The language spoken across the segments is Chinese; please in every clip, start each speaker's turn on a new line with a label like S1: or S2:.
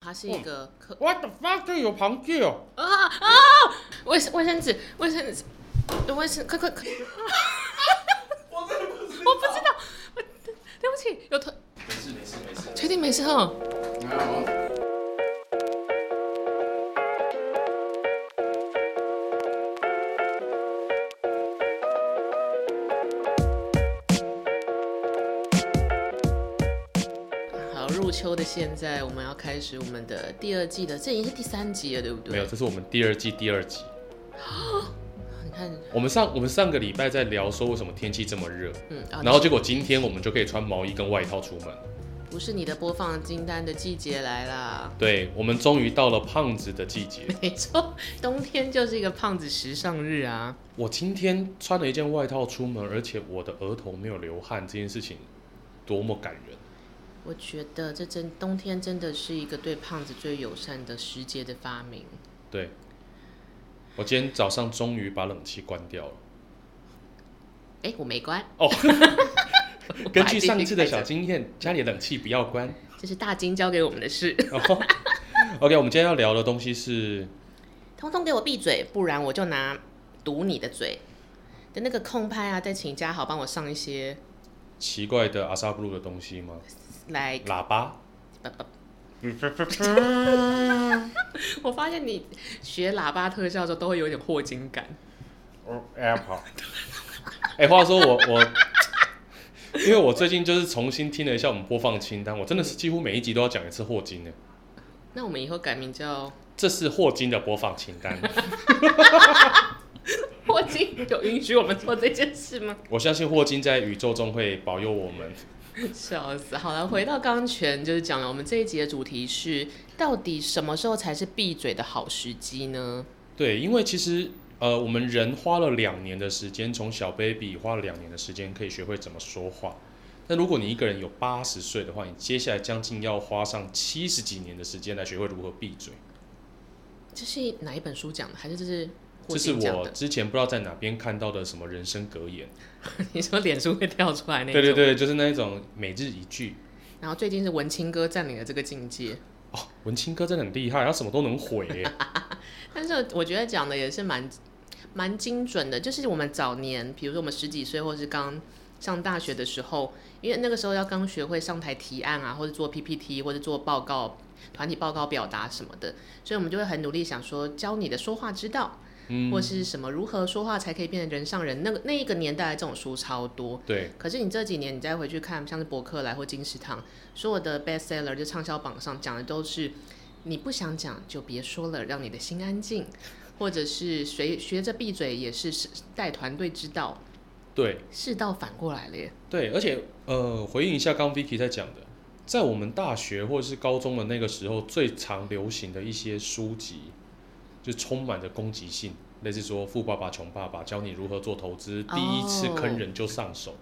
S1: 它是一个可
S2: What the fuck？这里有螃蟹哦！
S1: 啊啊！卫生卫生纸，卫生纸，卫生，快快快！
S3: 我真的不知
S1: 我不知道，我对不起，有头，
S3: 没事没事没事。
S1: 确定没事哦。好，入秋的现在，我们要开始我们的第二季的，这已经是第三集了，对不对？
S2: 没有，这是我们第二季第二集。
S1: 你看，
S2: 我们上我们上个礼拜在聊说为什么天气这么热，
S1: 嗯，啊、
S2: 然后结果今天我们就可以穿毛衣跟外套出门。
S1: 不是你的播放清单的季节来啦。
S2: 对，我们终于到了胖子的季节。
S1: 没错，冬天就是一个胖子时尚日啊。
S2: 我今天穿了一件外套出门，而且我的额头没有流汗，这件事情多么感人。
S1: 我觉得这真冬天真的是一个对胖子最友善的时节的发明。
S2: 对，我今天早上终于把冷气关掉了。
S1: 哎，我没关
S2: 哦，
S1: 我
S2: 根
S1: 把
S2: 据
S1: 它
S2: 上
S1: 继续
S2: 次的
S1: 开着
S2: 小经验，家里冷气不要关。
S1: 这是大金交给我们的事，
S2: 哦 OK，我们今天要聊的东西是
S1: 通通给我闭嘴，不然我就拿堵你的嘴。的那个空拍啊，再请嘉豪帮我上一些
S2: 奇怪的阿萨布鲁的东西吗？
S1: 来。
S2: 喇叭，
S1: 我发现你学喇叭特效的时候都会有点霍金感。
S2: 哦，Apple。哎、话说我我，因为我最近就是重新听了一下我们播放清单，我真的是几乎每一集都要讲一次霍金的。
S1: 那我们以后改名叫
S2: 这是霍金的播放清单，
S1: 霍金，有允许我们做这件事吗？
S2: 我相信霍金在宇宙中会保佑我们。
S1: 笑死！好了，回到钢拳，就是讲了我们这一集的主题是，到底什么时候才是闭嘴的好时机呢？
S2: 对，因为其实呃，我们人花了两年的时间，从小 baby 花了两年的时间可以学会怎么说话。那如果你一个人有八十岁的话，你接下来将近要花上七十几年的时间来学会如何闭嘴。
S1: 这是哪一本书讲的？还是这是霍
S2: 这是
S1: 金讲
S2: 我
S1: 的？
S2: 之前不知道在哪边看到的什么人生格言。
S1: 你说脸书会跳出来那
S2: 对对
S1: 种
S2: 对，就是那一种每日一句。
S1: 然后最近是文青哥占领了这个境界，
S2: 哦，文青哥真的很厉害，他什么都能毁 耶、
S1: 但是我觉得讲的也是蛮蛮精准的，就是我们早年，比如说我们十几岁或是刚上大学的时候，因为那个时候要刚学会上台提案啊，或者做 PPT 或者做报告、团体报告表达什么的，所以我们就会很努力想说教你的说话之道，
S2: 嗯，
S1: 或是什么如何说话才可以变得人上人，那个那一个年代这种书超多，
S2: 对，
S1: 可是你这几年你再回去看，像是博客来或金石堂，所有的 bestseller 就畅销榜上讲的都是你不想讲就别说了，让你的心安静，或者是学学着闭嘴也是是带团队之道，
S2: 对，
S1: 世道反过来了耶。
S2: 对，而且呃，回应一下刚 Vicky 在讲的，在我们大学或者是高中的那个时候，最常流行的一些书籍，就充满着攻击性，类似说《富爸爸穷爸爸》，教你如何做投资，第一次
S1: 哦
S2: 坑人就上手，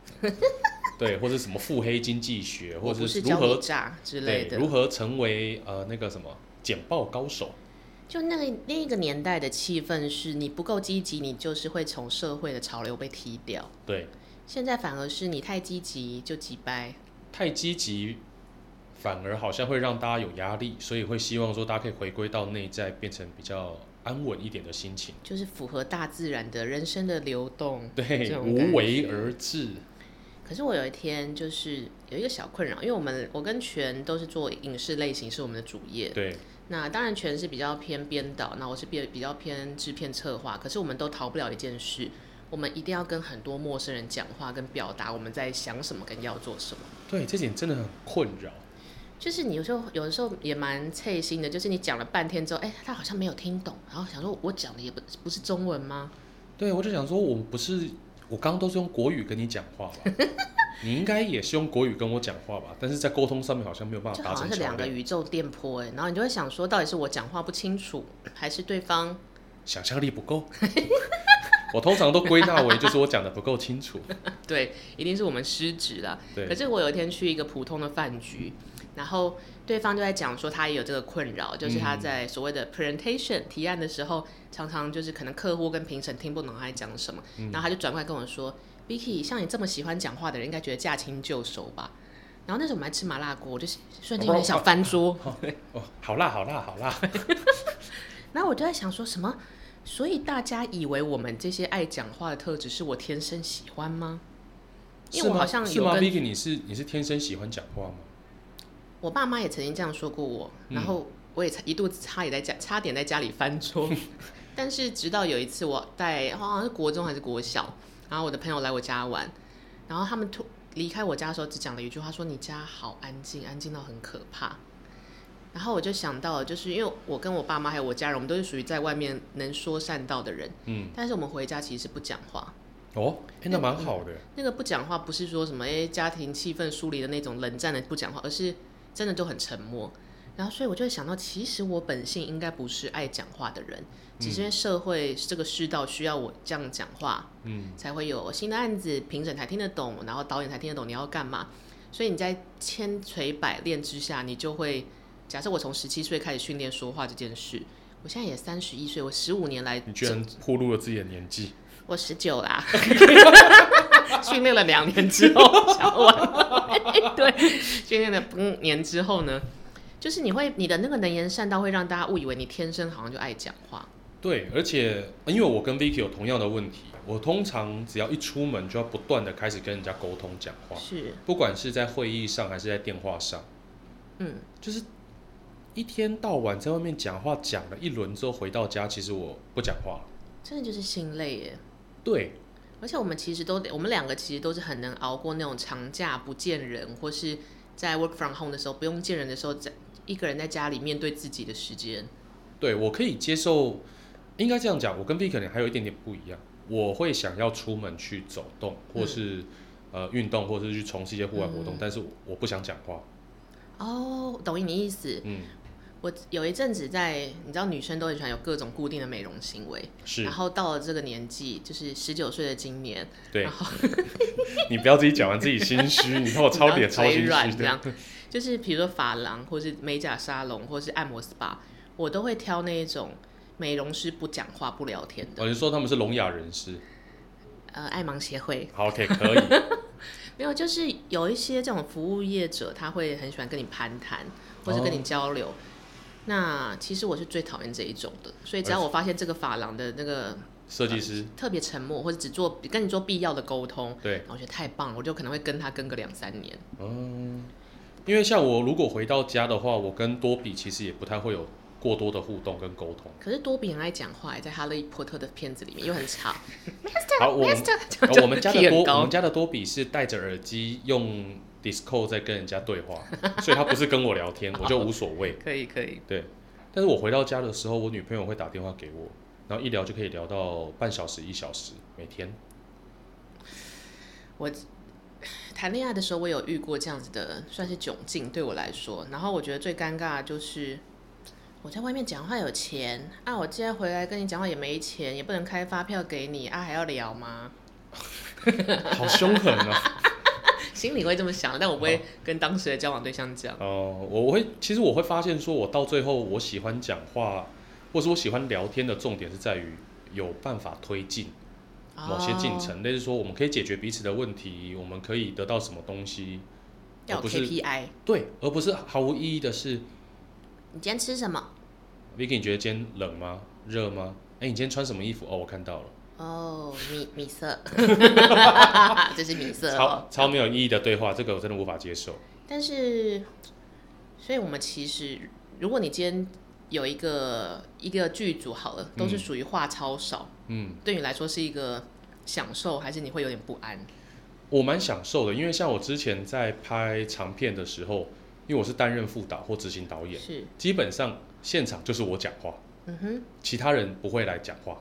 S2: 对，或者什么腹黑经济学，或
S1: 我不
S2: 者
S1: 是
S2: 如
S1: 教你
S2: 何
S1: 诈之类
S2: 对
S1: 的
S2: 如，何成为呃那个什么简报高手，
S1: 就那个那个年代的气氛是，你不够积极，你就是会从社会的潮流被踢掉。
S2: 对，
S1: 现在反而是你太积极就击败，
S2: 太积极。反而好像会让大家有压力，所以会希望说大家可以回归到内在，变成比较安稳一点的心情。
S1: 就是符合大自然的人生的流动。这
S2: 对，
S1: 种感
S2: 无
S1: 觉
S2: 为而治。
S1: 可是我有一天就是有一个小困扰，因为我们我跟全都是做影视类型，是我们的主业。
S2: 对，那
S1: 那当然全是比较偏编导，那我是比比较偏制片策划。可是我们都逃不了一件事，我们一定要跟很多陌生人讲话，跟表达我们在想什么跟要做什么。
S2: 对，这点真的很困扰。
S1: 就是你有时候有的时候也蛮脆心的，就是你讲了半天之后，哎、他好像没有听懂，然后想说我讲的也不不是中文吗？
S2: 对，我就想说，我不是，我刚刚都是用国语跟你讲话 吧，你应该也是用国语跟我讲话吧？但是在沟通上面好像没有办法
S1: 就
S2: 达
S1: 好
S2: 成
S1: 像是
S2: 桥
S1: 两个
S2: 梁。
S1: 宇宙电波哎、然后你就会想说，到底是我讲话不清楚，还是对方
S2: 想象力不够。我通常都归纳为就是我讲的不够清楚。
S1: 对，一定是我们失职啦。可
S2: 对，
S1: 是我有一天去一个普通的饭局，然后对方就在讲说他也有这个困扰，就是
S2: 嗯
S1: 他在所谓的 presentation 提案的时候，常常就是可能客户跟评审听不懂他在讲什么，然后他就转过来跟我说。Vicky，像你这么喜欢讲话的人，应该觉得驾轻就熟吧？然后那时候我们还吃麻辣锅，我就瞬间有点想翻桌。
S2: 哦，好辣，好辣，好辣！
S1: 然后我就在想说什么？所以大家以为我们这些爱讲话的特质是我天生喜欢吗？因为
S2: 是
S1: 我
S2: 吗
S1: 好像有
S2: 是吗
S1: 跟
S2: ？Vicky，你是你是天生喜欢讲话吗？
S1: 我爸妈也曾经这样说过我，
S2: 嗯
S1: 然后我也差一度差也在家差点在家里翻 桌，但是直到有一次我在好像是国中还是国小，然后我的朋友来我家玩，然后他们突离开我家的时候只讲了一句话说你家好安静，安静到很可怕。然后我就想到了，就是因为我跟我爸妈还有我家人，我们都是属于在外面能说善道的人，
S2: 嗯，
S1: 但是我们回家其实是不讲话。
S2: 哦，哎、那蛮好的。
S1: 那个不讲话不是说什么诶、家庭气氛疏离的那种冷战的不讲话，而是真的就很沉默。然后所以我就会想到，其实我本性应该不是爱讲话的人，只是因为社会这个世道需要我这样讲话，
S2: 嗯，
S1: 才会有新的案子，评审才听得懂，然后导演才听得懂你要干嘛。所以你在千锤百炼之下，你就会假设我从十七岁开始训练说话这件事，我现在也三十一岁，我十五年来
S2: 你居然暴露了自己的年纪。
S1: 我十九啦， 训练了两年之后，想完 对，训练了嗯年之后呢，就是你会你的那个能言善道会让大家误以为你天生好像就爱讲话，
S2: 对，而且呃因为我跟 Vicky 有同样的问题，我通常只要一出门就要不断的开始跟人家沟通讲话，
S1: 是，
S2: 不管是在会议上还是在电话上，
S1: 嗯，
S2: 就是一天到晚在外面讲话，讲了一轮之后回到家，其实我不讲话了。
S1: 真的就是心累耶。
S2: 对，
S1: 而且我们其实都，我们两个其实都是很能熬过那种长假不见人，或是在 work from home 的时候不用见人的时候，在一个人在家里面对自己的时间。
S2: 对我可以接受，应该这样讲，我跟 V 可能还有一点点不一样，我会想要出门去走动，或是、呃运动，或者是去从事一些户外活动，
S1: 嗯
S2: 但是我我不想讲话，
S1: 哦，懂你意思。
S2: 嗯，
S1: 我有一阵子在，你知道女生都很喜欢有各种固定的美容行为，
S2: 是
S1: 然后到了这个年纪，就是十九岁的今年，
S2: 对
S1: 然，后
S2: 你不要自己讲完自己心 虚，你看我哦超点
S1: 然后
S2: 超
S1: 嘴
S2: 心
S1: 软
S2: 虚
S1: 这
S2: 的，
S1: 样，就是比如说发廊，或是美甲沙龙，或是按摩 SPA，我都会挑那一种美容师不讲话不聊天的，
S2: 我就哦说他们是聋哑人士，
S1: 呃，爱盲协会
S2: 好，OK，可以，
S1: 没有，就是有一些这种服务业者，他会很喜欢跟你攀谈，或是跟你
S2: 哦
S1: 交流。那其实我是最讨厌这一种的，所以只要
S2: 哎
S1: 我发现这个发廊的那个
S2: 设计师，
S1: 特别沉默，或者只做跟你做必要的沟通，
S2: 对，
S1: 我觉得太棒了，我就可能会跟他跟个两三年。
S2: 嗯，因为像我如果回到家的话，我跟多比其实也不太会有过多的互动跟沟通。
S1: 可是多比很爱讲话耶，在《哈利波特》的片子里面又很吵。哎
S2: 好，我们
S1: 这样
S2: 哦我们家的
S1: 屁
S2: 多，
S1: 很
S2: 我
S1: 高
S2: 们家的多比是戴着耳机用 Discord 在跟人家对话，所以他不是跟我聊天，我就无所 谓。
S1: 可以可以，
S2: 对，但是我回到家的时候，我女朋友会打电话给我，然后一聊就可以聊到半小时、一小时，每 天。
S1: 我谈恋爱的时候，我有遇过这样子的，算是窘境对我来说。然后我觉得最尴尬的就是我在外面讲话有钱啊，我今天回来跟你讲话也没钱，也不能开发票给你啊，还要聊吗？
S2: 好凶狠啊！
S1: 心里会这么想，但我不会跟当时的交往对象讲。
S2: 哦、我会，其实我会发现，说我到最后，我喜欢讲话，或是我喜欢聊天的重点是在于有办法推进某些进
S1: 哦、
S2: 程，类似说我们可以解决彼此的问题，我们可以得到什么东西，
S1: 哦要
S2: 而
S1: 有
S2: 不是
S1: KPI。
S2: 对，而不是毫无意义的是
S1: 你今天吃什么？
S2: Vicky，你觉得今天冷吗？热吗？哎，你今天穿什么衣服？哦，我看到了，
S1: 哦，米米 色，这是米色、哦。
S2: 超超没有意义的对话，这个我真的无法接受。
S1: 但是，所以我们其实，如果你今天有一个一个剧组好了，都是
S2: 嗯
S1: 属于话超少，
S2: 嗯，
S1: 对你来说是一个享受，还是你会有点不安？
S2: 我蛮享受的，因为像我之前在拍长片的时候，因为我是担任副导或执行导演，
S1: 是，
S2: 基本上现场就是我讲话，
S1: 嗯哼，
S2: 其他人不会来讲话，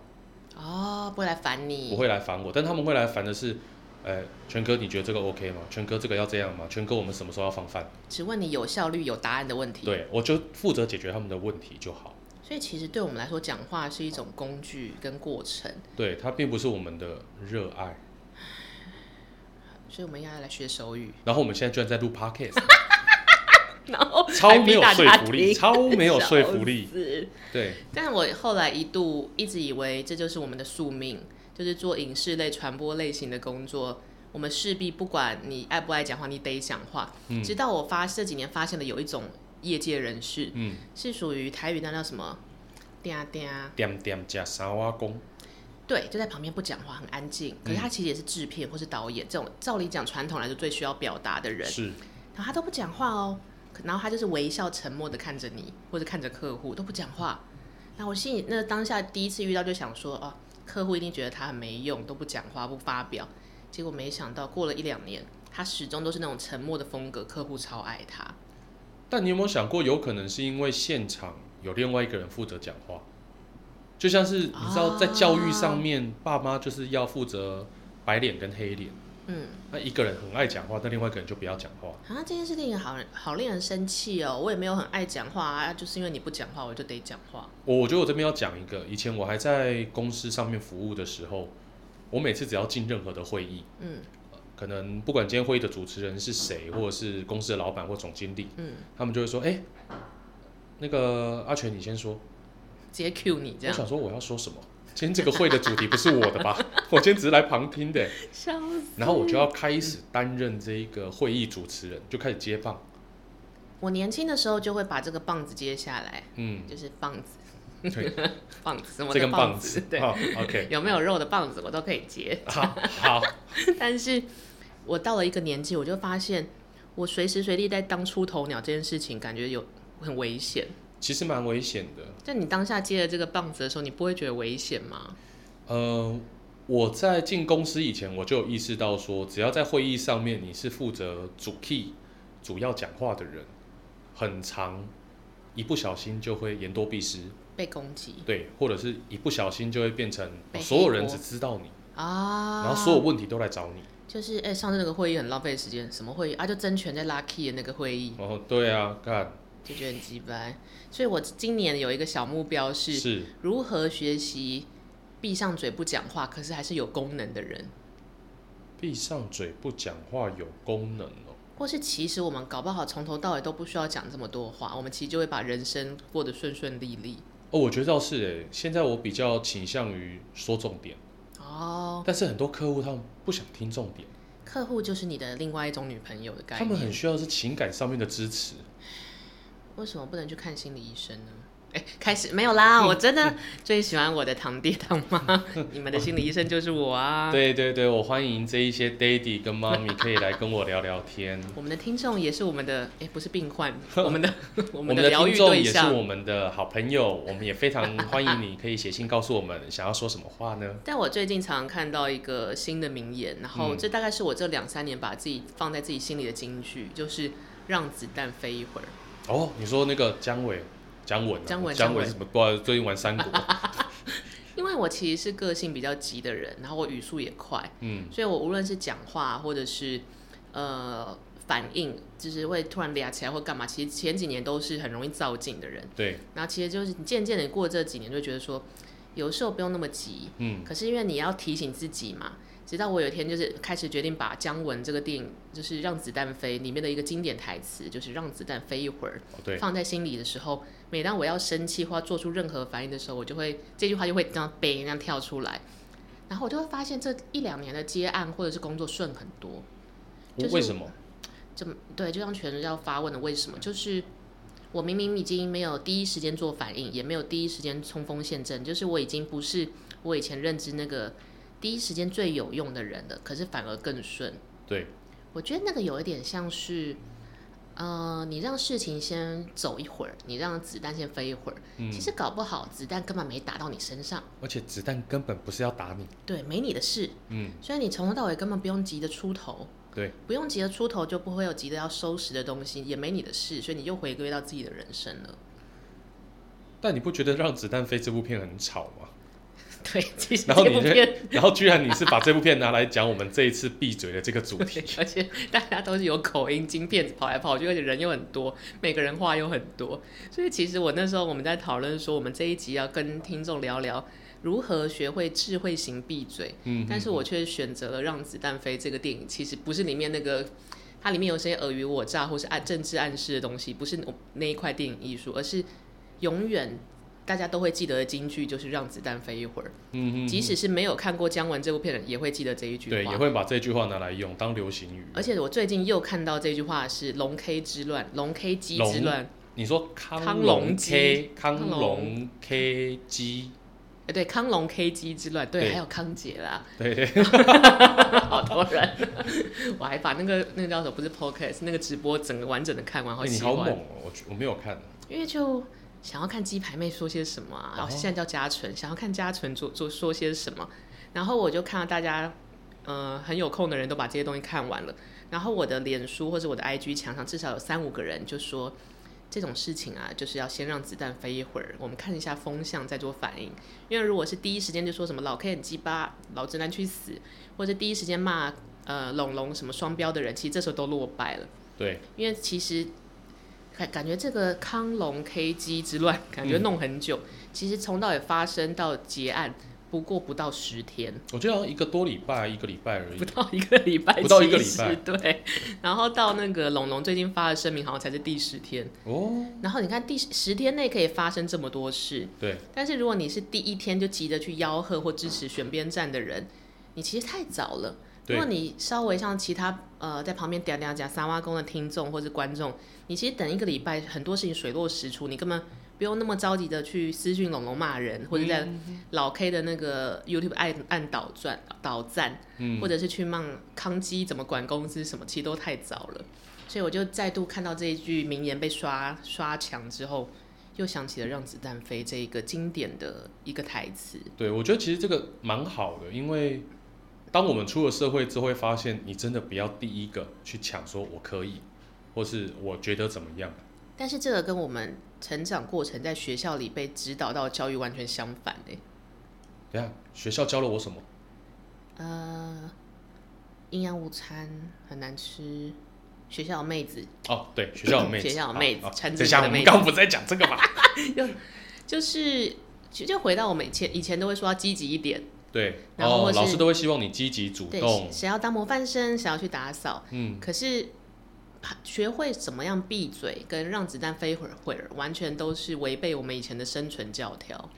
S1: 哦，不会来烦你，
S2: 不会来烦我，但他们会来烦的是，呃，全哥你觉得这个 OK 吗？全哥这个要这样吗？全哥我们什么时候要放饭？
S1: 只问你有效率、有答案的问题。，
S2: 对我就负责解决他们的问题就好。
S1: 所以其实对我们来说，讲话是一种工具跟过程，
S2: 对，它并不是我们的热爱。
S1: 所以我们应该来学手语，
S2: 然后我们现在居然在录 podcast，
S1: 然后
S2: 超没 有
S1: 还逼
S2: 说
S1: 大家
S2: 服力，
S1: 听
S2: 超没有说服力
S1: 笑。死
S2: 对，
S1: 但我后来一度一直以为这就是我们的宿命，就是做影视类、传播类型的工作，我们势必不管你爱不爱讲话，你得讲话。
S2: 嗯
S1: 直到我发这几年发现了有一种业界人士
S2: 嗯，
S1: 是属于台语那叫什么？嗲嗲，
S2: 点点加沙瓦工，
S1: 对，就在旁边不讲话，很安静。可是他其实也是制片或是导演这种，照理讲传统来说最需要表达的人，
S2: 是
S1: 然后他都不讲话哦，可然后他就是微笑沉默的看着你，或者看着客户都不讲话。那我心里那当下第一次遇到就想说，哦，客户一定觉得他很没用，都不讲话不发表。结果没想到过了一两年，他始终都是那种沉默的风格，客户超爱他。
S2: 但你有没有想过，有可能是因为现场有另外一个人负责讲话？就像是你知道，在教育上
S1: 啊
S2: 面，爸妈就是要负责白脸跟黑脸。
S1: 嗯，
S2: 那一个人很爱讲话，但另外一个人就不要讲话。
S1: 啊，这件事情好好令人生气哦。我也没有很爱讲话啊，就是因为你不讲话，我就得讲话。
S2: 我我觉得我这边要讲一个，以前我还在公司上面服务的时候，我每次只要进任何的会议，
S1: 嗯
S2: 可能不管今天会议的主持人是谁，或者是公司的老板或总经理，
S1: 嗯，
S2: 他们就会说：“哎、那个阿全，你先说。”
S1: 直接 Q 你这
S2: 我
S1: 样，
S2: 想说我要说什么？今天这个会的主题不是我的吧？ 我今天只是来旁 听的。
S1: 笑死。
S2: 然后我就要开始担任这一个会议主持人，就开始接棒。
S1: 我年轻的时候就会把这个棒子接下来，
S2: 嗯，
S1: 就是棒子，
S2: 对，
S1: 棒子什么
S2: 这
S1: 的
S2: 根棒哦
S1: 子，对，
S2: 好，OK，
S1: 有没有肉的棒子我都可以接，
S2: 好，好，
S1: 但是我到了一个年纪，我就发现我随时随地在当出头鸟这件事情，感觉有很危险。
S2: 其实蛮危险的。
S1: 就你当下接了这个棒子的时候，你不会觉得危险吗？
S2: 呃，我在进公司以前，我就有意识到说，只要在会议上面你是负责主 key、主要讲话的人，很长，一不小心就会言多必失，
S1: 被攻击
S2: 对，或者是一不小心就会变成
S1: 被
S2: 所有
S1: 黑
S2: 人
S1: 锅
S2: 只知道你，
S1: 啊，
S2: 然后所有问题都来找你。
S1: 就是哎、上次那个会议很浪费时间，什么会议啊？就争权在拉 key 的那个会议，
S2: 哦，对啊，干
S1: 就觉得很鸡掰。所以我今年有一个小目标是
S2: 是
S1: 如何学习闭上嘴不讲话，可是还是有功能的人，
S2: 闭上嘴不讲话有功能哦。
S1: 或是其实我们搞不好从头到尾都不需要讲这么多话，我们其实就会把人生过得顺顺利利。
S2: 哦，我觉得倒是诶，现在我比较倾向于说重点，
S1: 哦，
S2: 但是很多客户他们不想听重点，
S1: 客户就是你的另外一种女朋友的概
S2: 他们很
S1: 念。
S2: 需要是情感上面的支持。
S1: 为什么不能去看心理医生呢？哎、开始没有 啦！我真的最喜欢我的堂弟堂妈，你们的心理医生就是我啊。
S2: 对对对，我欢迎这一些 daddy 跟妈咪可以来跟我聊聊天。
S1: 我们的听众也是我们的，哎、不是病 患，我们的 我
S2: 我
S1: 们
S2: 们
S1: 的
S2: 的
S1: 疗
S2: 听
S1: 愈
S2: 众
S1: 对
S2: 也是
S1: 象。
S2: 我们的好朋 友，我们也非常欢迎你可以写信告诉我们想要说什么话呢？
S1: 但我最近常看到一个新的名言，然后
S2: 嗯
S1: 这大概是我这两三年把自己放在自己心里的金句，就是让子弹飞一会儿。
S2: 哦，你说那个姜伟、姜文、啊、
S1: 姜文姜
S2: 姜
S1: 文
S2: 文什么？不好意思，最近玩三国。
S1: 因为我其实是个性比较急的人，然后我语速也快，
S2: 嗯，
S1: 所以我无论是讲话或者是呃反应，就是会突然嗲起来或干嘛，其实前几年都是很容易躁进的人。
S2: 对，
S1: 然后其实就是你渐渐的过这几年，就会觉得说，有时候不用那么急，
S2: 嗯，
S1: 可是因为你要提醒自己嘛，直到我有一天就是开始决定把姜文这个电影，就是《让子弹飞》里面的一个经典台词，就是“让子弹飞一会儿
S2: 哦”，对，
S1: 放在心里的时候，每当我要生气或做出任何反应的时候，我就会这句话就会这样背那样跳出来，然后我就会发现这一两年的接案或者是工作顺很多，就是
S2: 为什么？
S1: 就对，就像全要发问的为什么，就是我明明已经没有第一时间做反应，也没有第一时间冲锋陷阵，就是我已经不是我以前认知那个第一时间最有用的人了，可是反而更顺。
S2: 对，
S1: 我觉得那个有一点像是，呃，你让事情先走一会儿，你让子弹先飞一会儿，
S2: 嗯
S1: 其实搞不好子弹根本没打到你身上，
S2: 而且子弹根本不是要打你，
S1: 对，没你的事，
S2: 嗯，
S1: 所以你从头到尾根本不用急着出头。
S2: 对，
S1: 不用急着出头，就不会有急着要收拾的东西，也没你的事，所以你又回归到自己的人生了。
S2: 但你不觉得《让子弹飞》这部片很吵吗？
S1: 对，其实
S2: 然后
S1: 这
S2: 你
S1: 部
S2: 就
S1: 片，，
S2: 然后居然你是把这部片拿来讲我们这一次闭嘴的这个主题
S1: 对，而且大家都是有口音、金片子跑来跑去，而且人又很多，每个人话又很多，所以其实我那时候我们在讨论说，我们这一集要跟听众聊聊如何学会智慧型闭嘴，
S2: 嗯，
S1: 但是我却选择了《让子弹飞》这个电影，其实不是里面那个，它里面有些尔虞我诈或是暗政治暗示的东西，不是我那一块电影艺术，而是永远大家都会记得的金句就是“让子弹飞一会儿”，
S2: 嗯嗯，
S1: 即使是没有看过姜文这部片的人，也会记得这一句话。
S2: 对，也会把这句话拿来用当流行语。
S1: 而且我最近又看到这句话是“龙 K 之乱”，“龙 K 鸡之
S2: 龙
S1: 乱
S2: 你说康
S1: 康
S2: 龙
S1: 龙
S2: K
S1: 鸡
S2: 康
S1: 康
S2: 龙 K 鸡，”，
S1: 哎，对，“康龙 K 鸡之乱”，对，
S2: 对
S1: 还有康姐啦，
S2: 对，
S1: 好多人。 我还把那个那个叫什么，不是 podcast 那个直播整个完整的看完，好
S2: 哎你
S1: 喜
S2: 好猛
S1: 欢，
S2: 哦！我我没有看，
S1: 因为就想要看鸡排妹说些什么啊，然后
S2: 哦
S1: 现在叫嘉纯，想要看嘉纯做做说些什么，然后我就看到大家。呃，很有空的人都把这些东西看完了，然后我的脸书或者我的 IG 墙上至少有三五个人就说，这种事情啊，就是要先让子弹飞一会儿，我们看一下风向再做反应。因为如果是第一时间就说什么老 K 很鸡巴，老直男去死，或者第一时间骂呃龙龙什么双标的人，其实这时候都落败了。
S2: 对，
S1: 因为其实感感觉这个康龙 K G 之乱，感觉弄很久，其实从到尾发生到结案，不过不到十天。
S2: 我觉得好像一个多礼拜，一个礼拜而已
S1: 不。到一个礼拜，
S2: 不到一个礼拜
S1: 其实对。然后到那个龙龙最近发的声明，好像才是第十天。
S2: 哦，
S1: 然后你看第十天内可以发生这么多事，
S2: 对，
S1: 但是如果你是第一天就急着去吆喝或支持选边站的人，你其实太早了。
S2: 对
S1: 如果你稍微像其他呃在旁边嗲嗲讲三挖工的听众或是观众，你其实等一个礼拜，很多事情水落石出，你根本不用那么着急的去私讯龙龙骂人，或者在
S2: 嗯
S1: 老 K 的那个 YouTube 按按倒转倒赞，
S2: 嗯
S1: 或者是去骂康基怎么管公司什么，其实都太早了。所以我就再度看到这一句名言被刷刷墙之后，又想起了“让子弹飞”这一个经典的一个台词。
S2: 对，我觉得其实这个蛮好的，因为当我们出了社会之后，会发现你真的不要第一个去抢说我可以，或是我觉得怎么样。
S1: 但是这个跟我们成长过程在学校里被指导到的教育完全相反欸诶、
S2: 等一下学校教了我什么？
S1: 呃，营养午餐很难吃，学校有妹子
S2: 哦，对，学校有妹 子，
S1: 学校有妹子
S2: 好好
S1: 穿制服的
S2: 等一下，我
S1: 妹
S2: 们
S1: 子
S2: 刚刚不是在讲这 个吗？
S1: 就是就就回到我们以前以前都会说要积极一点，
S2: 对，
S1: 然后
S2: 哦，
S1: 或是
S2: 老师都会希望你积极主
S1: 对，
S2: 动
S1: 谁，谁要当模范生，谁要去打扫，
S2: 嗯，
S1: 可是学会怎么样闭嘴跟让子弹飞一会儿会儿，完全都是违背我们以前的生存教条。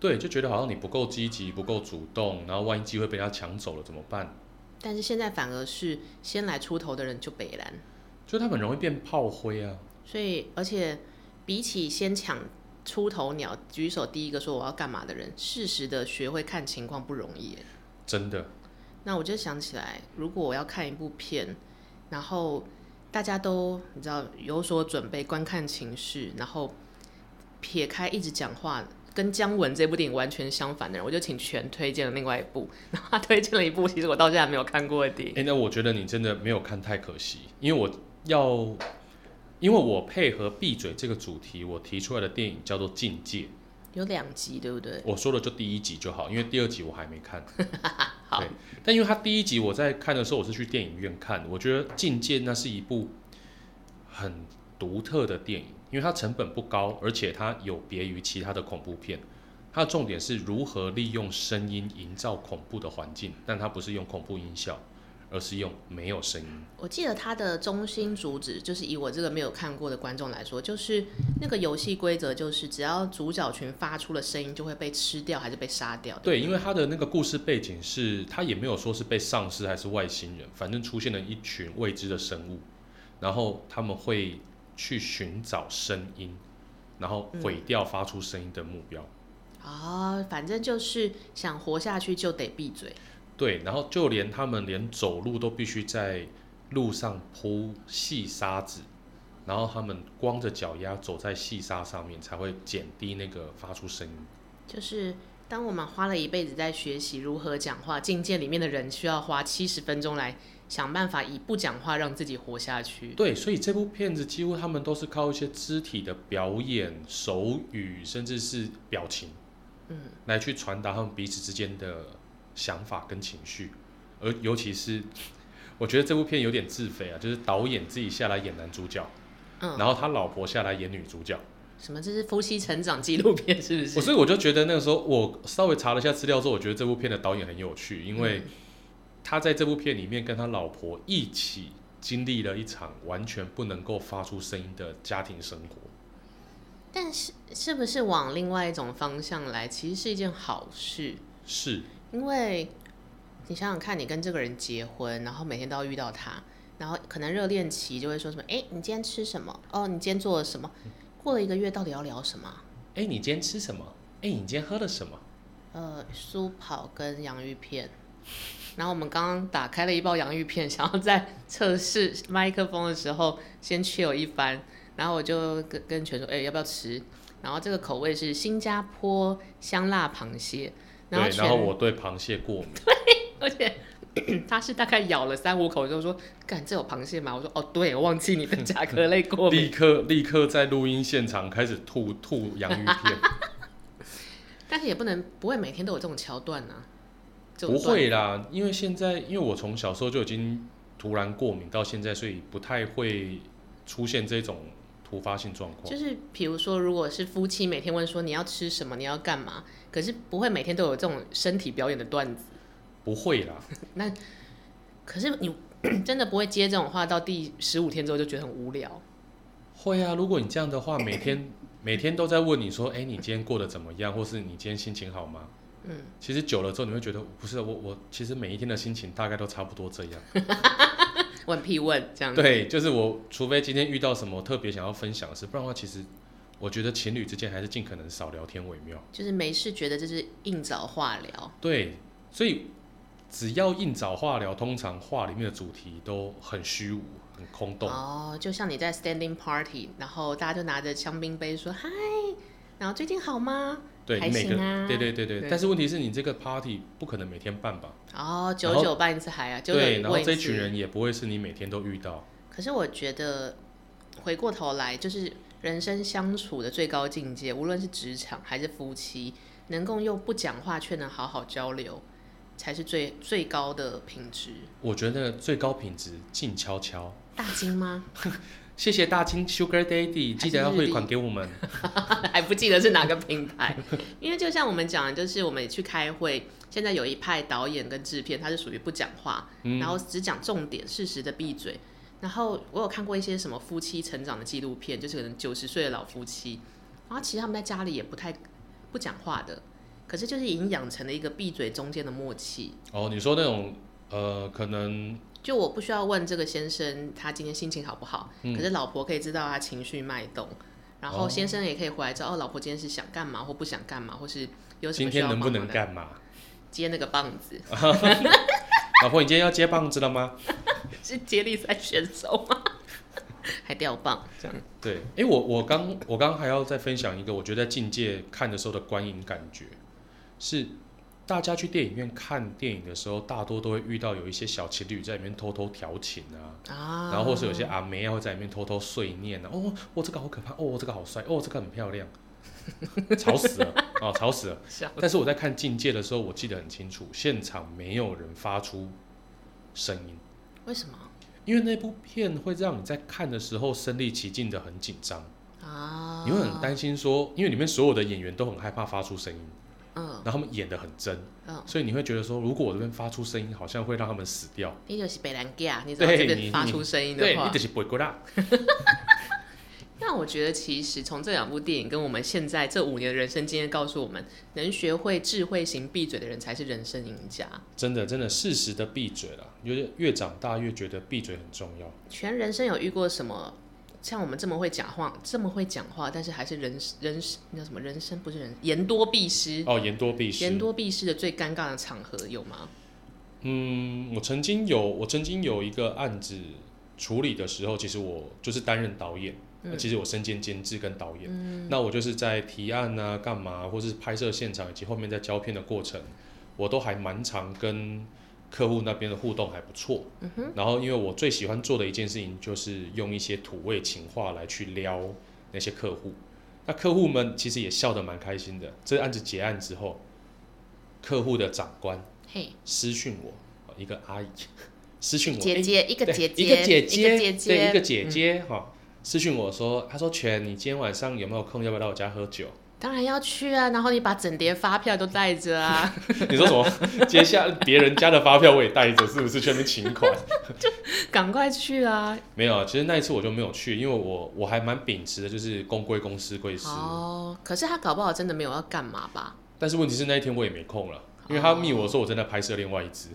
S2: 对，就觉得好像你不够积极，不够主动，然后万一机会被人家抢走了怎么办？
S1: 但是现在反而是先来出头的人就北蓝，
S2: 就他们容易变炮灰啊。
S1: 所以而且比起先抢出头鸟，举手第一个说我要干嘛的人，适时的学会看情况不容易耶。
S2: 真的，
S1: 那我就想起来，如果我要看一部片，然后大家都你知道有所准备，观看情绪，然后撇开一直讲话，跟姜文这部电影完全相反的人，我就请全推荐了另外一部。 然后他推荐了一部，其实我到现在还没有看过的电
S2: 哎、
S1: 影。
S2: 那我觉得你真的没有看太可惜，因为我要，因为我配合闭嘴这个主题，我提出来的电影叫做《境界》，
S1: 有两集，对不对？
S2: 我说的就第一集就好，因为第二集我还没看。
S1: 啊好
S2: 对，但因为它第一集我在看的时候，我是去电影院看，我觉得《境界》那是一部很独特的电影，因为它成本不高，而且它有别于其他的恐怖片。它的重点是如何利用声音营造恐怖的环境，但它不是用恐怖音效，而是用没有声音。
S1: 我记得它的中心主旨就是以我这个没有看过的观众来说，就是那个游戏规则就是只要主角群发出了声音，就会被吃掉还是被杀掉。
S2: 对，因为他的那个故事背景是，他也没有说是被丧尸还是外星人，反正出现了一群未知的生物，然后他们会去寻找声音，然后毁掉发出声音的目标。
S1: 啊、反正就是想活下去就得闭嘴。
S2: 对，然后就连他们连走路都必须在路上铺细沙子，然后他们光着脚丫走在细沙上面，才会减低那个发出声音。
S1: 就是当我们花了一辈子在学习如何讲话，境界里面的人需要花七十分钟来想办法以不讲话让自己活下去。
S2: 对，所以这部片子几乎他们都是靠一些肢体的表演、手语，甚至是表情，嗯，来去传达他们彼此之间的想法跟情绪。而尤其是，我觉得这部片有点自费啊，就是导演自己下来演男主角，
S1: 嗯，
S2: 然后他老婆下来演女主角。
S1: 什么这是夫妻成长纪录片是不
S2: 我
S1: 是？
S2: 所以我就觉得那个时候我稍微查了一下资料之后，我觉得这部片的导演很有趣，因
S1: 嗯
S2: 为他在这部片里面跟他老婆一起经历了一场完全不能够发出声音的家庭生活。
S1: 但是是不是往另外一种方向来，其实是一件好事，
S2: 是
S1: 因为你想想看，你跟这个人结婚，然后每天都要遇到他，然后可能热恋期就会说什么，哎、你今天吃什么？哦，你今天做了什么？过了一个月，到底要聊什么啊？
S2: 哎、你今天吃什么？哎、你今天喝了什么？
S1: 呃，酥跑跟洋芋片。然后我们刚刚打开了一包洋芋片，想要在测试麦克风的时候先 chill 一番。然后我就跟跟全说，哎、要不要吃？然后这个口味是新加坡香辣螃蟹。然后
S2: 对，
S1: 全
S2: 然后我对螃蟹过敏，
S1: 而且 他是大概咬了三五口之后说：“干，这有螃蟹吗？”我说：“哦，对，我忘记你的甲壳类过 敏。
S2: 立刻立刻在录音现场开始吐吐洋 芋片，”
S1: 但是也不能不会每天都有这种桥段啊，这种
S2: 不
S1: 段
S2: 会啦，因为现在因为我从小时候就已经突然过敏到现在，所以不太会出现这种突发性状况
S1: 就。是比如说，如果是夫妻每天问说你要吃什么，你要干嘛，可是不会每天都有这种身体表演的段子。
S2: 不会啦，
S1: 可是你 真的不会接这种话，到第十五天之后就觉得很无聊。
S2: 会啊，如果你这样的话，每天 每天都在问你说，哎、你今天过得怎么样，或是你今天心情好吗？
S1: 嗯，
S2: 其实久了之后，你会觉得哦不是我，我其实每一天的心情大概都差不多这样。
S1: 问屁问这样子。
S2: 对，就是我，除非今天遇到什么特别想要分享的事，不然的话，其实我觉得情侣之间还是尽可能少聊天为妙。
S1: 就是没事，觉得这是硬找话聊，
S2: 对，所以只要硬找话聊，通常话里面的主题都很虚无、很空洞。
S1: 哦，就像你在 standing party，然后大家就拿着香槟杯说嗨，然后最近好吗？
S2: 对，
S1: 还
S2: 每个
S1: 行啊
S2: 对对对对，
S1: 对
S2: 但是问题是你这个 party 不可能每天办吧？
S1: 哦，
S2: 然
S1: 九
S2: 后
S1: 九办一次嗨啊，九九
S2: 对，然后
S1: 问一
S2: 这群
S1: 次。
S2: 人也不会是你每天都遇到。
S1: 可是我觉得回过头来，就是人生相处的最高境界，无论是职场还是夫妻，能够用不讲话却能好好交流，才是最最高的品质。
S2: 我觉得最高品质静悄悄。
S1: 大金吗？
S2: 谢谢大金 Sugar Daddy，记得要汇款给我们。
S1: 还不记得是哪个品牌， 因为就像我们讲的，就是我们去开会，现在有一派导演跟制片，他是属于不讲话，
S2: 嗯
S1: 然后只讲重点，适时的闭嘴。然后我有看过一些什么夫妻成长的纪录片，就是可能九十岁的老夫妻，然后其实他们在家里也不太不讲话的，可是就是已经养成了一个闭嘴中间的默契。
S2: 哦，你说那种呃，可能
S1: 就我不需要问这个先生他今天心情好不好，
S2: 嗯
S1: 可是老婆可以知道他情绪脉动，然后
S2: 哦
S1: 先生也可以回来知道哦，老婆今天是想干嘛或不想干嘛，或是有什
S2: 今
S1: 么需要
S2: 天能
S1: 帮忙
S2: 不能
S1: 的，
S2: 干嘛？
S1: 接那个棒子
S2: 老婆，你今天要接棒子了吗？
S1: 是接力赛选手吗？ 还掉棒这样？
S2: 对，哎、我我刚我刚还要再分享一个，我觉得在境界看的时候的观影感觉是，大家去电影院看电影的时候，大多都会遇到有一些小情侣在里面偷偷调情啊，
S1: 啊，
S2: 然后或是有些阿梅啊会在里面偷偷碎念啊，哦，我、这个好可怕，哦，我这个好帅，哦，这个很漂亮， 吵死了，哦，吵死了。
S1: 笑
S2: 但是我在看境界的时候，我记得很清楚，现场没有人发出声音，
S1: 为什么
S2: 因为那部片会让你在看的时候身临其境的很紧张。
S1: 啊？
S2: 你会很担心说，因为里面所有的演员都很害怕发出声音，
S1: 嗯
S2: 然后他们演得很真，
S1: 嗯，
S2: 所以你会觉得说，如果我这边发出声音，好像会让他们死掉。
S1: 你就是北兰 gay 啊，你只要
S2: 对
S1: 这边
S2: 你
S1: 发
S2: 你
S1: 出声音的
S2: 对，
S1: 话
S2: 你，只是鬼鬼啦。
S1: 那我觉得，其实从这两部电影跟我们现在这五年的人生经验告诉我们，能学会智慧型闭嘴的人才是人生赢家。
S2: 真的，真的，适时的闭嘴啦。越越长大越觉得闭嘴很重要。
S1: 全人生有遇过什么像我们这么会讲话、这么会讲话，但是还是人人那叫什么人生不是人言多必失，
S2: 哦，言多必失
S1: 言。多必失的最尴尬的场合有吗？
S2: 嗯，我曾经有，我曾经有一个案子处理的时候，其实我就是担任导演，
S1: 嗯
S2: 呃其实我身兼监制跟导演。那我就是在提案啊、干嘛，或是拍摄现场以及后面在胶片的过程，我都还蛮常跟客户那边的互动还不错。
S1: 嗯哼，
S2: 然后，因为我最喜欢做的一件事情，就是用一些土味情话来去撩那些客户。那客户们其实也笑得蛮开心的。这个案子结案之后，客户的长官
S1: 嘿，
S2: 私讯我，哦一个阿姨 私讯我，
S1: 姐
S2: 诶
S1: 姐一个
S2: 对
S1: 姐姐
S2: 一个姐
S1: 一个姐嗯
S2: 对，
S1: 姐
S2: 一个姐姐哈、私讯我说，她说全，你今天晚上有没有空？要不要来我家喝酒？
S1: 当然要去啊，然后你把整叠发票都带着 啊，
S2: 你说什么？ 接下别人家的发票我也带着，是不是？去那边 请款？
S1: 赶快去啊！
S2: 没有啊，其实那一次我就没有去，因为我我还蛮秉持的，就是公归公，私归私。
S1: 哦，可是他搞不好真的没有要干嘛吧？
S2: 但是问题是那一天我也没空了，因为他密我说我正在拍摄另外一支，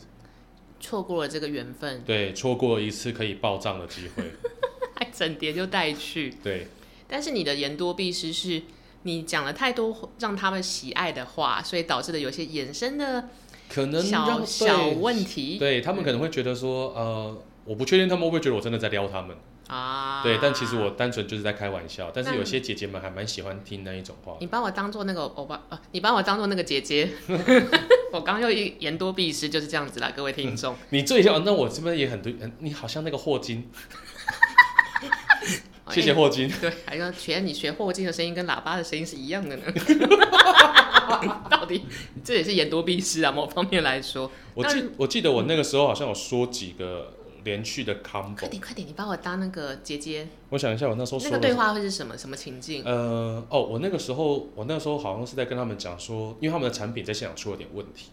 S1: 错过了这个缘分，
S2: 对，错过一次可以报账的机会，
S1: 还整叠就带去。
S2: 对，
S1: 但是你的言多必失是你讲了太多让他们喜爱的话，所以导致的有些衍生的
S2: 可能让
S1: 小小
S2: 对
S1: 问题
S2: 对他们可能会觉得说，呃，我不确定他们会不会觉得我真的在撩他们，
S1: 啊。
S2: 对，但其实我单纯就是在开玩笑，但
S1: 那
S2: 是
S1: 你
S2: 有些姐姐们还蛮喜欢听那一种话，
S1: 你把我当做那个欧巴，呃，你把我当做那个姐姐， 我刚刚又一言多必失就是这样子啦，各位听众。
S2: 你最像，那我这边也很对，很你好像那个霍金， 谢谢
S1: 哎
S2: 霍金，
S1: 对，还说学你学霍金的声音跟喇叭的声音是一样的呢。 到底这也是言多必失啊，某方面来说。
S2: 我记我记得我那个时候好像有说几个连续的
S1: 快
S2: combo，
S1: 点快点，你把我当那个姐姐，
S2: 我想一下我那时候
S1: 那
S2: 哦说
S1: 个
S2: 了
S1: 对话会是什么什么情境？
S2: 呃，哦，我那个时候，我那时候好像是在跟他们讲说，因为他们的产品在现场出了点问题，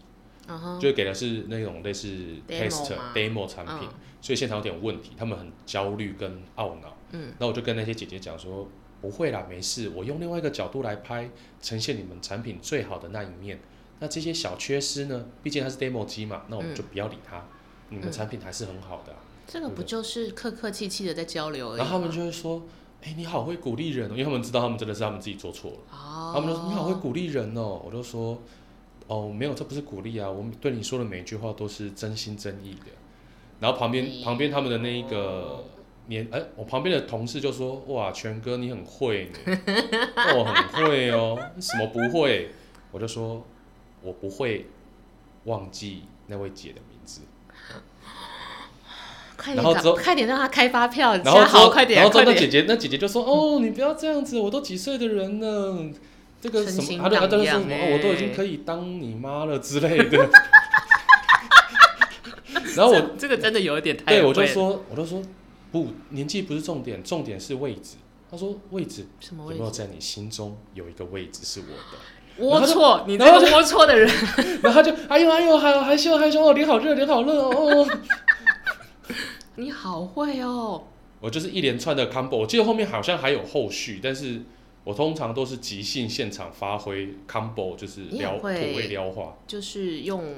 S1: 嗯哼，
S2: 就给的是那种类似
S1: Demo
S2: test
S1: 吗
S2: demo 产品，
S1: 嗯
S2: 所以现场有点问题，他们很焦虑跟懊恼。
S1: 嗯，
S2: 那我就跟那些姐姐讲说，不会啦，没事，我用另外一个角度来拍，呈现你们产品最好的那一面。那这些小缺失呢，毕竟它是 demo 机嘛，那我
S1: 嗯
S2: 们就不要理它，你们产品还是很好的啊、
S1: 这个不就是客客气气的在交流而已吗？
S2: 然后他们就会说，哎、你好会鼓励人哦，因为他们知道他们真的是他们自己做错了。
S1: 哦，
S2: 他们就说你好会鼓励人哦，我就说哦没有，这不是鼓励啊，我对你说的每一句话都是真心真意的。然后旁边
S1: 哎
S2: 旁边他们的那一个年哎、我旁边的同事就说哇，全哥你很会 呢，我、很会哦，什么不会？我就说我不会忘记那位姐的名字。
S1: 快
S2: 然后
S1: 点
S2: 之后
S1: 找，快点让他开发票，
S2: 然后
S1: 加
S2: 之后
S1: 好，快点，
S2: 然后之后
S1: 快
S2: 那姐
S1: 点。
S2: 姐那姐姐就说：“哦，你不要这样子，我都几岁的人了，这个什
S1: 春心
S2: 么，她啊就她就说什
S1: 荡
S2: 么、
S1: 漾欸
S2: 哦我都已经可以当你妈了之类 的。”然后我
S1: 这这个真的有一点太
S2: 对我就
S1: 会
S2: 说我就说不，年纪不是重点，重点是位置。她说位置
S1: 什么
S2: 有
S1: 位
S2: 没有
S1: 置？
S2: 在你心中有一个位置是我的？
S1: 龌龊，你这
S2: 然后
S1: 个
S2: 就
S1: 龌龊的人，
S2: 然后她就哎呦哎呦，还害羞害羞哦，脸好热脸好热哦。
S1: 你好会哦。
S2: 我就是一连串的 combo，我记得后面好像还有后续，但是我通常都是即兴现场发挥 combo，就是
S1: 你
S2: 撩
S1: 很
S2: 土
S1: 会
S2: 味撩话。
S1: 就是用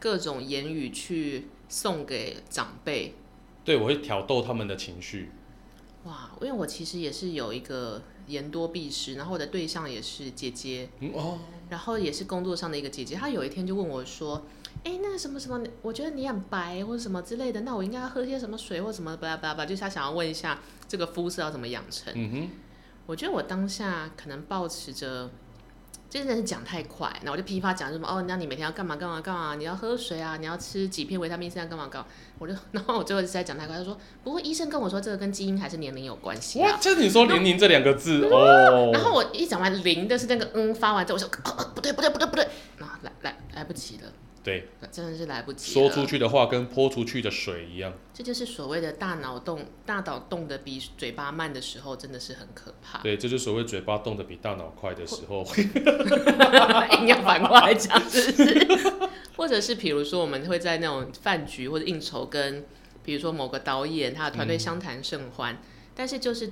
S1: 各种言语去送给长辈。
S2: 对，我会挑逗他们的情绪。
S1: 哇，因为我其实也是有一个言多必失，然后我的对象也是姐姐，
S2: 嗯哦，
S1: 然后也是工作上的一个姐姐。她有一天就问我说：“哎、那个什么什么，我觉得你很白或者什么之类的，那我应该要喝些什么水或什么巴拉巴拉巴拉？”就是她想要问一下这个肤色要怎么养成。
S2: 嗯哼，
S1: 我觉得我当下可能抱持着，这真的是讲太快，然后我就噼啪讲什么哦，那你每天要干嘛干嘛干嘛，你要喝水啊，你要吃几片维他命 C 啊，干嘛干嘛，我就 然后我最后一直在讲太快，他说不过医生跟我说这个跟基因还是年龄有关系
S2: 哇
S1: 啊。，
S2: 这你说“年龄”这两个字哦，
S1: 然后我一讲完零的是那个嗯发完之后，我说、哦哦、不对不对不对不对，然后来来来不及了，
S2: 对，
S1: 真的是来不及
S2: 说出
S1: 了。
S2: 去的话跟泼出去的水一样。
S1: 这就是所谓的大脑动大脑动得比嘴巴慢的时候，真的是很可怕。
S2: 对，这就是所谓嘴巴动得比大脑快的时候。
S1: 硬要反过来讲，是不是？ 或者是比如说，我们会在那种饭局或者应酬跟，比如说某个导演他的团队相谈甚欢，但是就是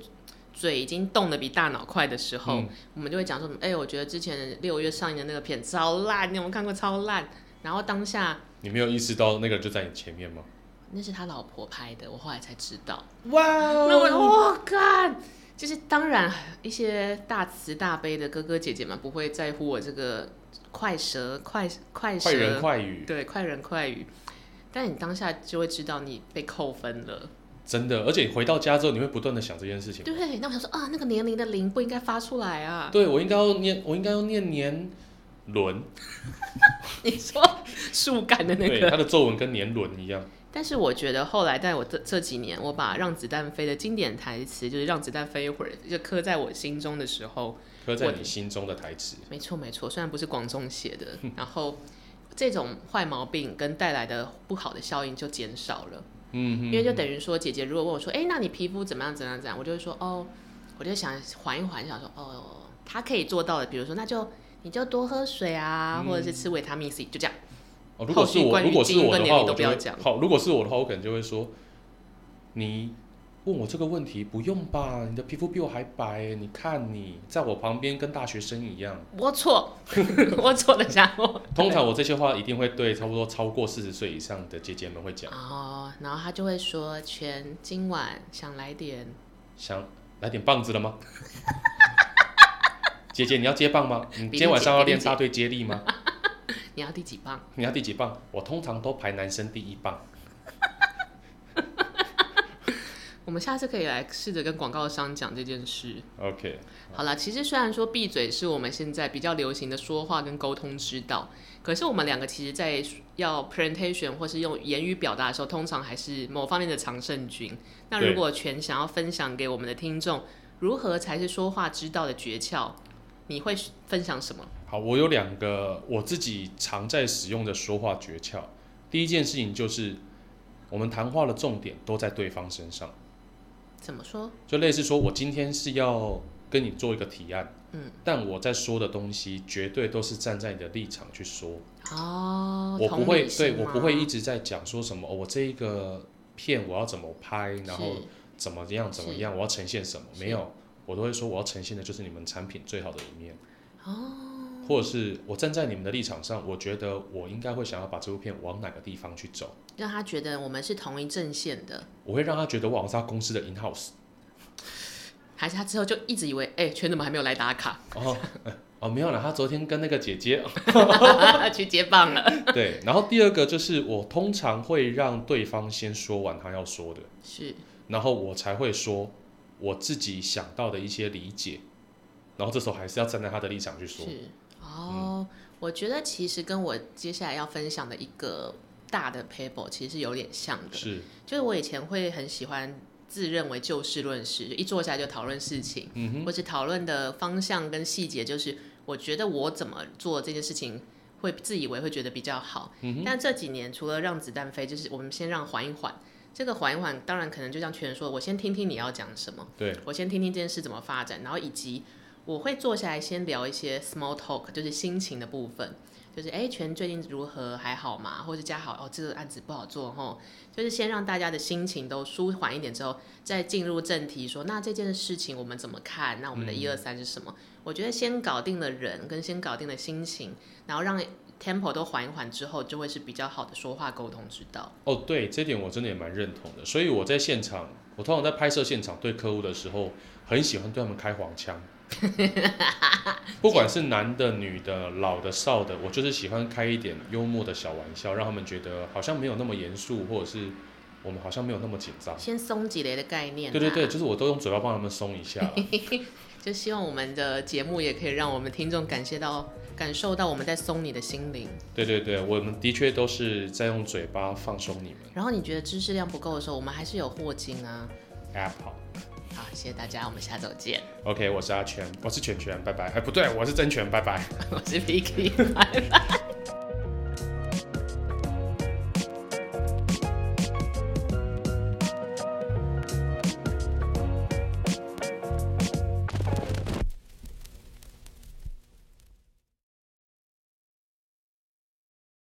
S1: 嘴已经动得比大脑快的时候，
S2: 嗯
S1: 我们就会讲说，哎、我觉得之前六月上映的那个片超烂，你有没有看过？超烂。然后当下
S2: 你没有意识到那个人就在你前面吗？
S1: 那是他老婆拍的，我后来才知道。
S2: 哇哦
S1: 那
S2: 嗯
S1: 我我干，就是当然一些大慈大悲的哥哥姐姐们不会在乎我这个快舌快快舌
S2: 快人快语，
S1: 对，快人快语。但你当下就会知道你被扣分了。
S2: 真的，而且回到家之后，你会不断的想这件事情。
S1: 对，那我想说啊，那个年龄的零不应该发出来啊。
S2: 对我应该要念，我应该要念年轮，
S1: 你说树干的那
S2: 对，
S1: 个。
S2: 他的皱纹跟年轮一样。
S1: 但是我觉得后来在我这这几年，我把《让子弹飞》的经典台词，就是“让子弹飞一会儿”，就刻在我心中的时候，
S2: 刻在
S1: 我
S2: 你心中的台词，
S1: 没错没错，虽然不是广仲写的，然后这种坏毛病跟带来的不好的效应就减少了。
S2: 嗯，
S1: 因为就等于说，姐姐如果问我说，哎、那你皮肤怎么样怎么样怎么样，我就会说，哦，我就想缓一缓，想说，哦，他可以做到的，比如说那就你就多喝水啊，
S2: 嗯
S1: 或者是吃维他命 C，就这样。
S2: 哦，如果是
S1: 后续
S2: 我，
S1: 关于
S2: 如果是
S1: 基因
S2: 我
S1: 跟
S2: 的
S1: 年
S2: 话，
S1: 龄都
S2: 我就
S1: 不要
S2: 会
S1: 讲
S2: 好。如果是我的话，我可能就会说，你问我这个问题不用吧？你的皮肤比我还白，你看你在我旁边跟大学生一样。
S1: 龌龊， 龌龊的家伙。
S2: 通常我这些话一定会对差不多超过四十岁以上的姐姐们会讲，
S1: 哦，然后他就会说：“全今晚想来点
S2: 想来点棒子了 吗？姐姐，你要接棒吗？你
S1: 比
S2: 今天晚
S1: 例
S2: 上
S1: 姐
S2: 要
S1: 比例
S2: 练
S1: 姐
S2: 大队接力吗？
S1: 你要第几磅
S2: 你要第几棒？我通常都排男生第一棒。？”
S1: 我们下次可以来试着跟广告商讲这件事。
S2: OK，
S1: 好啦，其实虽然说闭嘴是我们现在比较流行的说话跟沟通之道，可是我们两个其实，在要 presentation 或是用言语表达的时候，通常还是某方面的常胜军。那
S2: 对
S1: 如果全想要分享给我们的听众，如何才是说话之道的诀窍？你会分享什么？
S2: 好，我有两个我自己常在使用的说话诀窍。第一件事情就是，我们谈话的重点都在对方身上，
S1: 怎么说？
S2: 就类似说我今天是要跟你做一个提案，
S1: 嗯，
S2: 但我在说的东西绝对都是站在你的立场去说，
S1: 哦，
S2: 我不会，
S1: 同理心
S2: 对我
S1: 吗
S2: 不会一直在讲说什么、哦我这一个片我要怎么拍，然后
S1: 是
S2: 怎么样怎么
S1: 是
S2: 样，我要呈现什么，
S1: 是
S2: 没有，我都会说我要呈现的就是你们产品最好的一面。
S1: 哦，
S2: 或者是我站在你们的立场上，我觉得我应该会想要把这部片往哪个地方去走，
S1: 让他觉得我们是同一阵线的，
S2: 我会让他觉得我好像是他公司的 in house
S1: 还是他之后就一直以为，哎、全怎么还没有来打卡，
S2: 哦 哦没有啦，他昨天跟那个姐姐
S1: 去接棒了？
S2: 对，然后第二个就是我通常会让对方先说完他要说的，
S1: 是，
S2: 然后我才会说我自己想到的一些理解，然后这时候还是要站在他的立场去说，嗯
S1: 是哦，我觉得其实跟我接下来要分享的一个大的 paper 其实是有点像的，
S2: 是
S1: 就是我以前会很喜欢自认为就事论事，就一坐下来就讨论事情，
S2: 嗯哼，
S1: 或是讨论的方向跟细节，就是我觉得我怎么做这件事情。会自以为会觉得比较好，
S2: 嗯哼
S1: 但这几年除了让子弹飞，就是我们先让缓一缓。这个缓一缓，当然可能就像全人说，我先听听你要讲什么。
S2: 对，
S1: 我先听听这件事怎么发展，然后以及我会坐下来先聊一些 small talk，就是心情的部分，就是哎，全最近如何，还好吗？或者加好哦，这个案子不好做吼，就是先让大家的心情都舒缓一点之后，再进入正题说，那这件事情我们怎么看？那我们的
S2: 嗯
S1: 一二三是什么？我觉得先搞定了人，跟先搞定了心情，然后让 tempo 都缓一缓之后，就会是比较好的说话沟通之道。
S2: 哦，对，这点我真的也蛮认同的。所以我在现场，我通常在拍摄现场对客户的时候，很喜欢对他们开黄腔，不管是男的、女的、老的、少的，我就是喜欢开一点幽默的小玩笑，让他们觉得好像没有那么严肃，或者是我们好像没有那么紧张。
S1: 先松几雷的概念、啊，
S2: 对对对，就是我都用嘴巴帮他们松一下啦。
S1: 就希望我们的节目也可以让我们听众感谢到、感受到我们在松你的心灵。
S2: 对对对，我们的确都是在用嘴巴放松你们。
S1: 然后你觉得知识量不够的时候，我们还是有霍金啊。
S2: App 好
S1: 好，谢谢大家，我们下周见。
S2: ，OK，我是阿全，我是全全，拜拜。哎，不对，我是真全，拜拜。
S1: 我是 Vicky，拜拜。